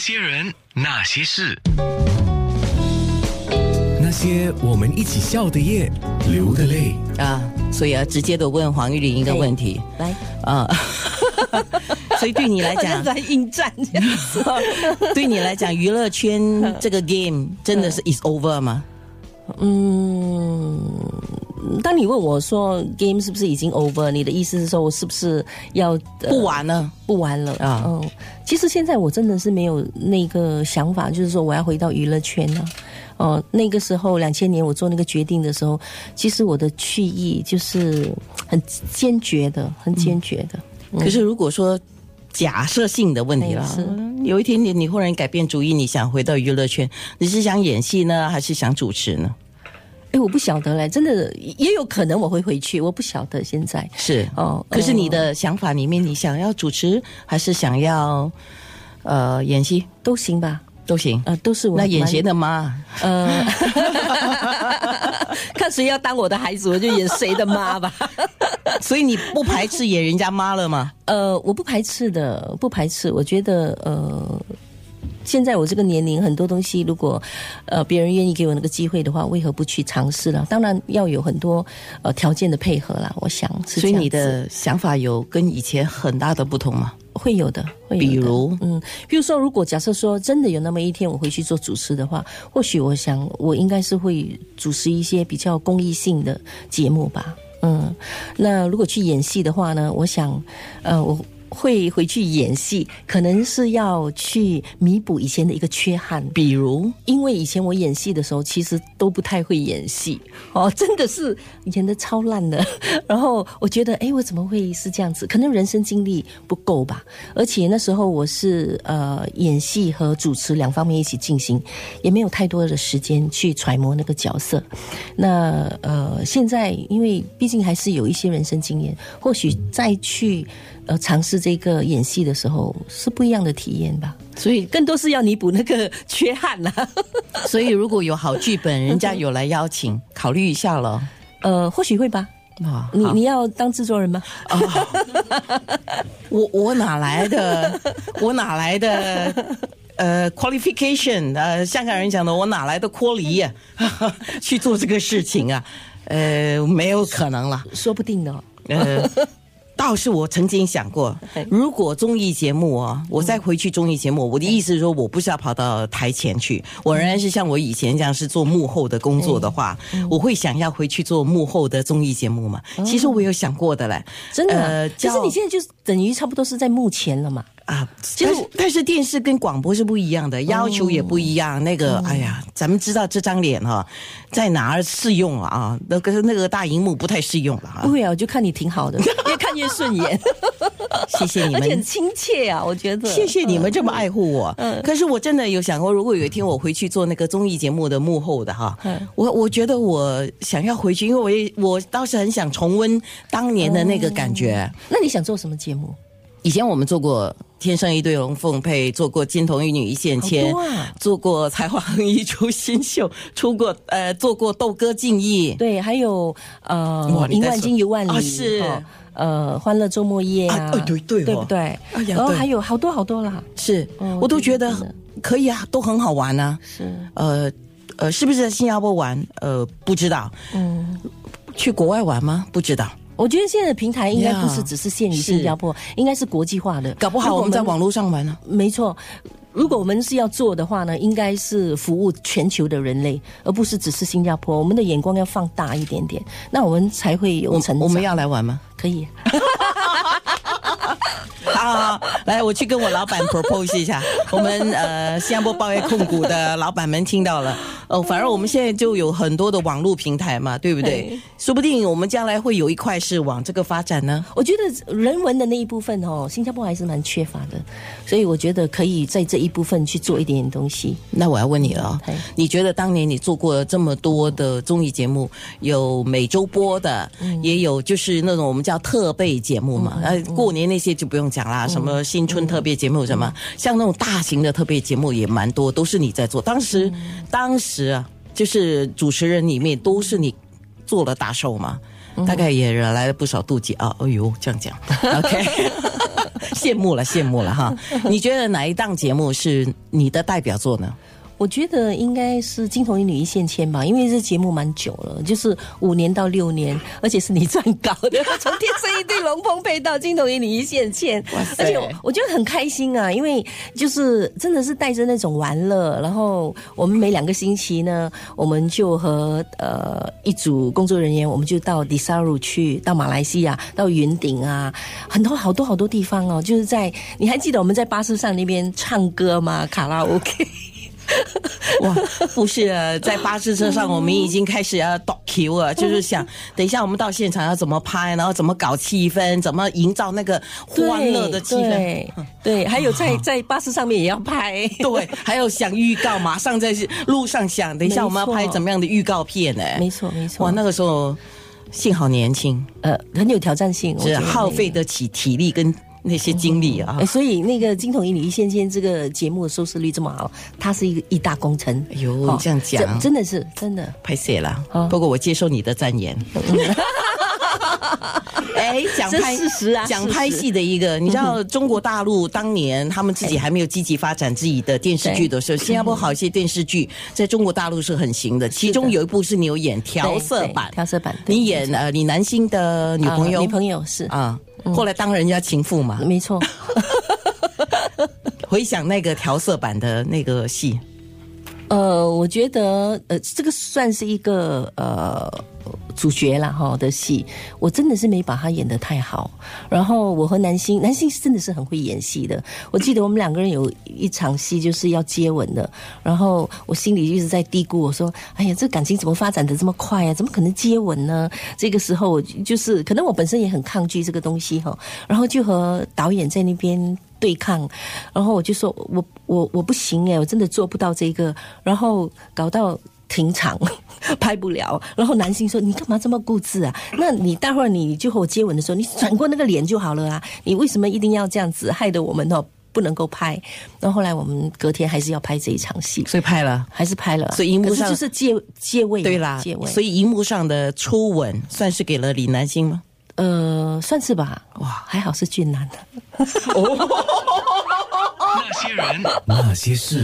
些人，那些事，那些我们一起笑的夜，流的泪。啊，所以要直接的问黄玉玲一个问题来，啊，所以对你来好 像讲，在应战这样子。对你来讲，娱乐圈这个 game 真的是 is over 吗？ 嗯当你问我说 game 是不是已经 over，你的意思是说我是不是要、呃不玩了，不玩了啊嗯，其实现在我真的是没有那个想法，就是说我要回到娱乐圈呢、哦、那个时候两千年我做那个决定的时候，其实我的去意就是很坚决的，很坚决的。可是如果说假设性的问题哎了是，有一天你你忽然改变主意，你想回到娱乐圈，你是想演戏呢，还是想主持呢？哎、我不晓得嘞，真的也有可能我会回去，我不晓得现在。是哦可是你的想法里面，你想要主持还是想要呃演戏都行吧，都行。呃，都是我那演蛮谁的妈？呃， 看谁要当我的孩子，我就演谁的妈吧。所以你不排斥演人家妈了吗？ 呃，我不排斥的，不排斥。我觉得呃，现在我这个年龄，很多东西如果呃别人愿意给我那个机会的话，为何不去尝试呢？当然要有很多呃条件的配合啦，我想是这所以样你子的想法有跟以前很大的不同吗？会有的，会有的比如嗯，比如说，如果假设说真的有那么一天我回去做主持的话，或许我想我应该是会主持一些比较公益性的节目吧。嗯，那如果去演戏的话呢，我想，呃，我会回去演戏，可能是要去弥补以前的一个缺憾。比如因为以前我演戏的时候，其实都不太会演戏哦，真的是演的超烂的。然后我觉得，哎，我怎么会是这样子？可能人生经历不够吧。而且那时候我是呃演戏和主持两方面一起进行，也没有太多的时间去揣摩那个角色。那呃，现在因为毕竟还是有一些人生经验，或许再去呃尝试这个演戏的时候，是不一样的体验吧。所以更多是要弥补那个缺憾啦、所以如果有好剧本，人家有来邀请，考虑一下了。 呃，或许会吧。啊，你好你要当制作人吗？我我哪来 的？我哪来的？呃，qualification，呃，香港人讲的，我哪来的脱离呀？ 去做这个事情啊？呃，没有可能了。说不定的哦。呃，倒是我曾经想过，如果综艺节目啊，我嗯再回去综艺节目，我的意思是说，我不是要跑到台前去，我仍然是像我以前这样是做幕后的工作的话，嗯我会想要回去做幕后的综艺节目嘛？其实我有想过的嘞，哦呃真的啊、其实叫你现在就是等于差不多是在幕前了嘛。啊，实但是但是电视跟广播是不一样的，要求也不一哦样。那嗯个，哎呀，咱们知道这张脸哈、在哪儿适用了啊？那个那个大荧幕不太适用了啊 不。会啊，我就看你挺 好的，越看越顺眼，谢谢你而且很们。亲切啊，我觉得。谢谢你们这么嗯爱护我，可是我真的有想过，如果有一天我回去做那个综艺节目的幕后的哈，嗯我我觉得我想要回去，因为我也我倒是很想重温当年的那个感觉。那你想做什么节目？以前我们做过《天生一对龙凤配》，做过《金童玉女一线牵好》多啊做过《才华横溢出新秀》，出过呃，做过《斗歌竞艺》对，还有哇呃，你赢在万说金游万里、啊是哦呃，欢乐周末夜啊，啊哎对对哦对不对？哎呀然后对还有好多好多啦，是、哦我都觉得真的真可以啊，都很好玩啊。是，呃呃，是不是在新加坡玩？呃，不知道。嗯，去国外玩吗？不知道。我觉得现在的平台应该不是呀只是限于是新加坡，应该是国际化的，搞不好如果我们在网络上玩呢、没错。如果我们是要做的话呢，应该是服务全球的人类，而不是只是新加坡。我们的眼光要放大一点点，那我们才会有成我长。我们要来 玩吗？可以，啊，来，我去跟我老板 propose 一下。我们呃，新加坡报业控股的老板们听到了，呃，反正我们现在就有很多的网络平台嘛，对不对对？说不定我们将来会有一块是往这个发展呢。我觉得人文的那一部分哦，新加坡还是蛮缺乏的，所以我觉得可以在这一部分去做一点点东西。那我要问你了啊嘿，你觉得当年你做过这么多的综艺节目，有每周播的，也有就是那种我们叫特备节目嘛，呃，过年那些就不用讲啦，什么新春特别节目什么，像那种大型的特别节目也蛮多，都是你在做。当时，当时啊，就是主持人里面都是你做了大寿嘛。大概也惹来了不少妒忌啊！哎呦，这样讲，OK， 羡慕了，羡慕了哈！你觉得哪一档节目是你的代表作呢？我觉得应该是《金童一女一线牵》吧，因为这节目蛮久了，就是五年到六年，而且是你撰稿的，从《天生一对龙凤配》到《金童一女一线牵》哇塞，而且我我觉得很开心啊，因为就是真的是带着那种玩乐，然后我们每两个星期呢，我们就和呃一组工作人员，我们就到迪萨鲁去，到马来西亚，到云顶啊，很多好多好多地方哦，就是在你还记得我们在巴士上那边唱歌吗？卡拉 OK。 哇，不是啊，在巴士车上，我们已经开始要 d o Q 了，就是想等一下我们到现场要怎么拍，然后怎么搞气氛，怎么营造那个欢乐的气氛。嗯对对，还有在在巴士上面也要 拍。对，还有想预告，马上在路上想，等一下我们要拍没错怎么样的预告片呢、没错没错哇，那个时候幸好年轻，呃，很有挑战性，我是啊觉得耗费得起体力跟那些精力啊哎、。所以那个《金童一女一线牵》这个节目的收视率这么好，它是一个一大工程。哎呦哦你这样讲真真的是真的。拍摄啦啊，不过我接受你的赞 言。哎，讲拍这事实啊讲事实嗯拍戏的一个，你知道中国大陆当年他们自己还没有积极发展自己的电视剧的时候，新加坡好一些电视剧在中国大陆是很行的，其中有一部是你有演调色版，对调色版对你演呃李南星的女朋友，啊女朋友嗯是啊，后来当人家情妇嘛。没错，回想那个调色版的那个戏，呃，我觉得呃，这个算是一个呃主角啦哈的戏，我真的是没把他演得太好。然后我和南星，南星是真的是很会演戏的。我记得我们两个人有一场戏就是要接吻的，然后我心里一直在嘀咕，我说：“哎呀，这感情怎么发展的这么快啊？怎么可能接吻呢？”这个时候我就是可能我本身也很抗拒这个东西哈，然后就和导演在那边。对抗，然后我就说，我我我不行哎，我真的做不到这个，然后搞到停场， 拍不了。然后男星说：“你干嘛这么固执啊？那你待会儿你就和我接吻的时候，你转过那个脸就好了啊！你为什么一定要这样子，害得我们哦不能够拍？”然后后来我们隔天还是要拍这一场戏，所以拍了。还是拍了啊。所以荧幕可是上就是借借位嘛，啊对啦借，位。所以以荧幕上的初吻算是给了李南星吗？呃，算是吧。哇哇，还啊好是俊男的。那些人。那些事。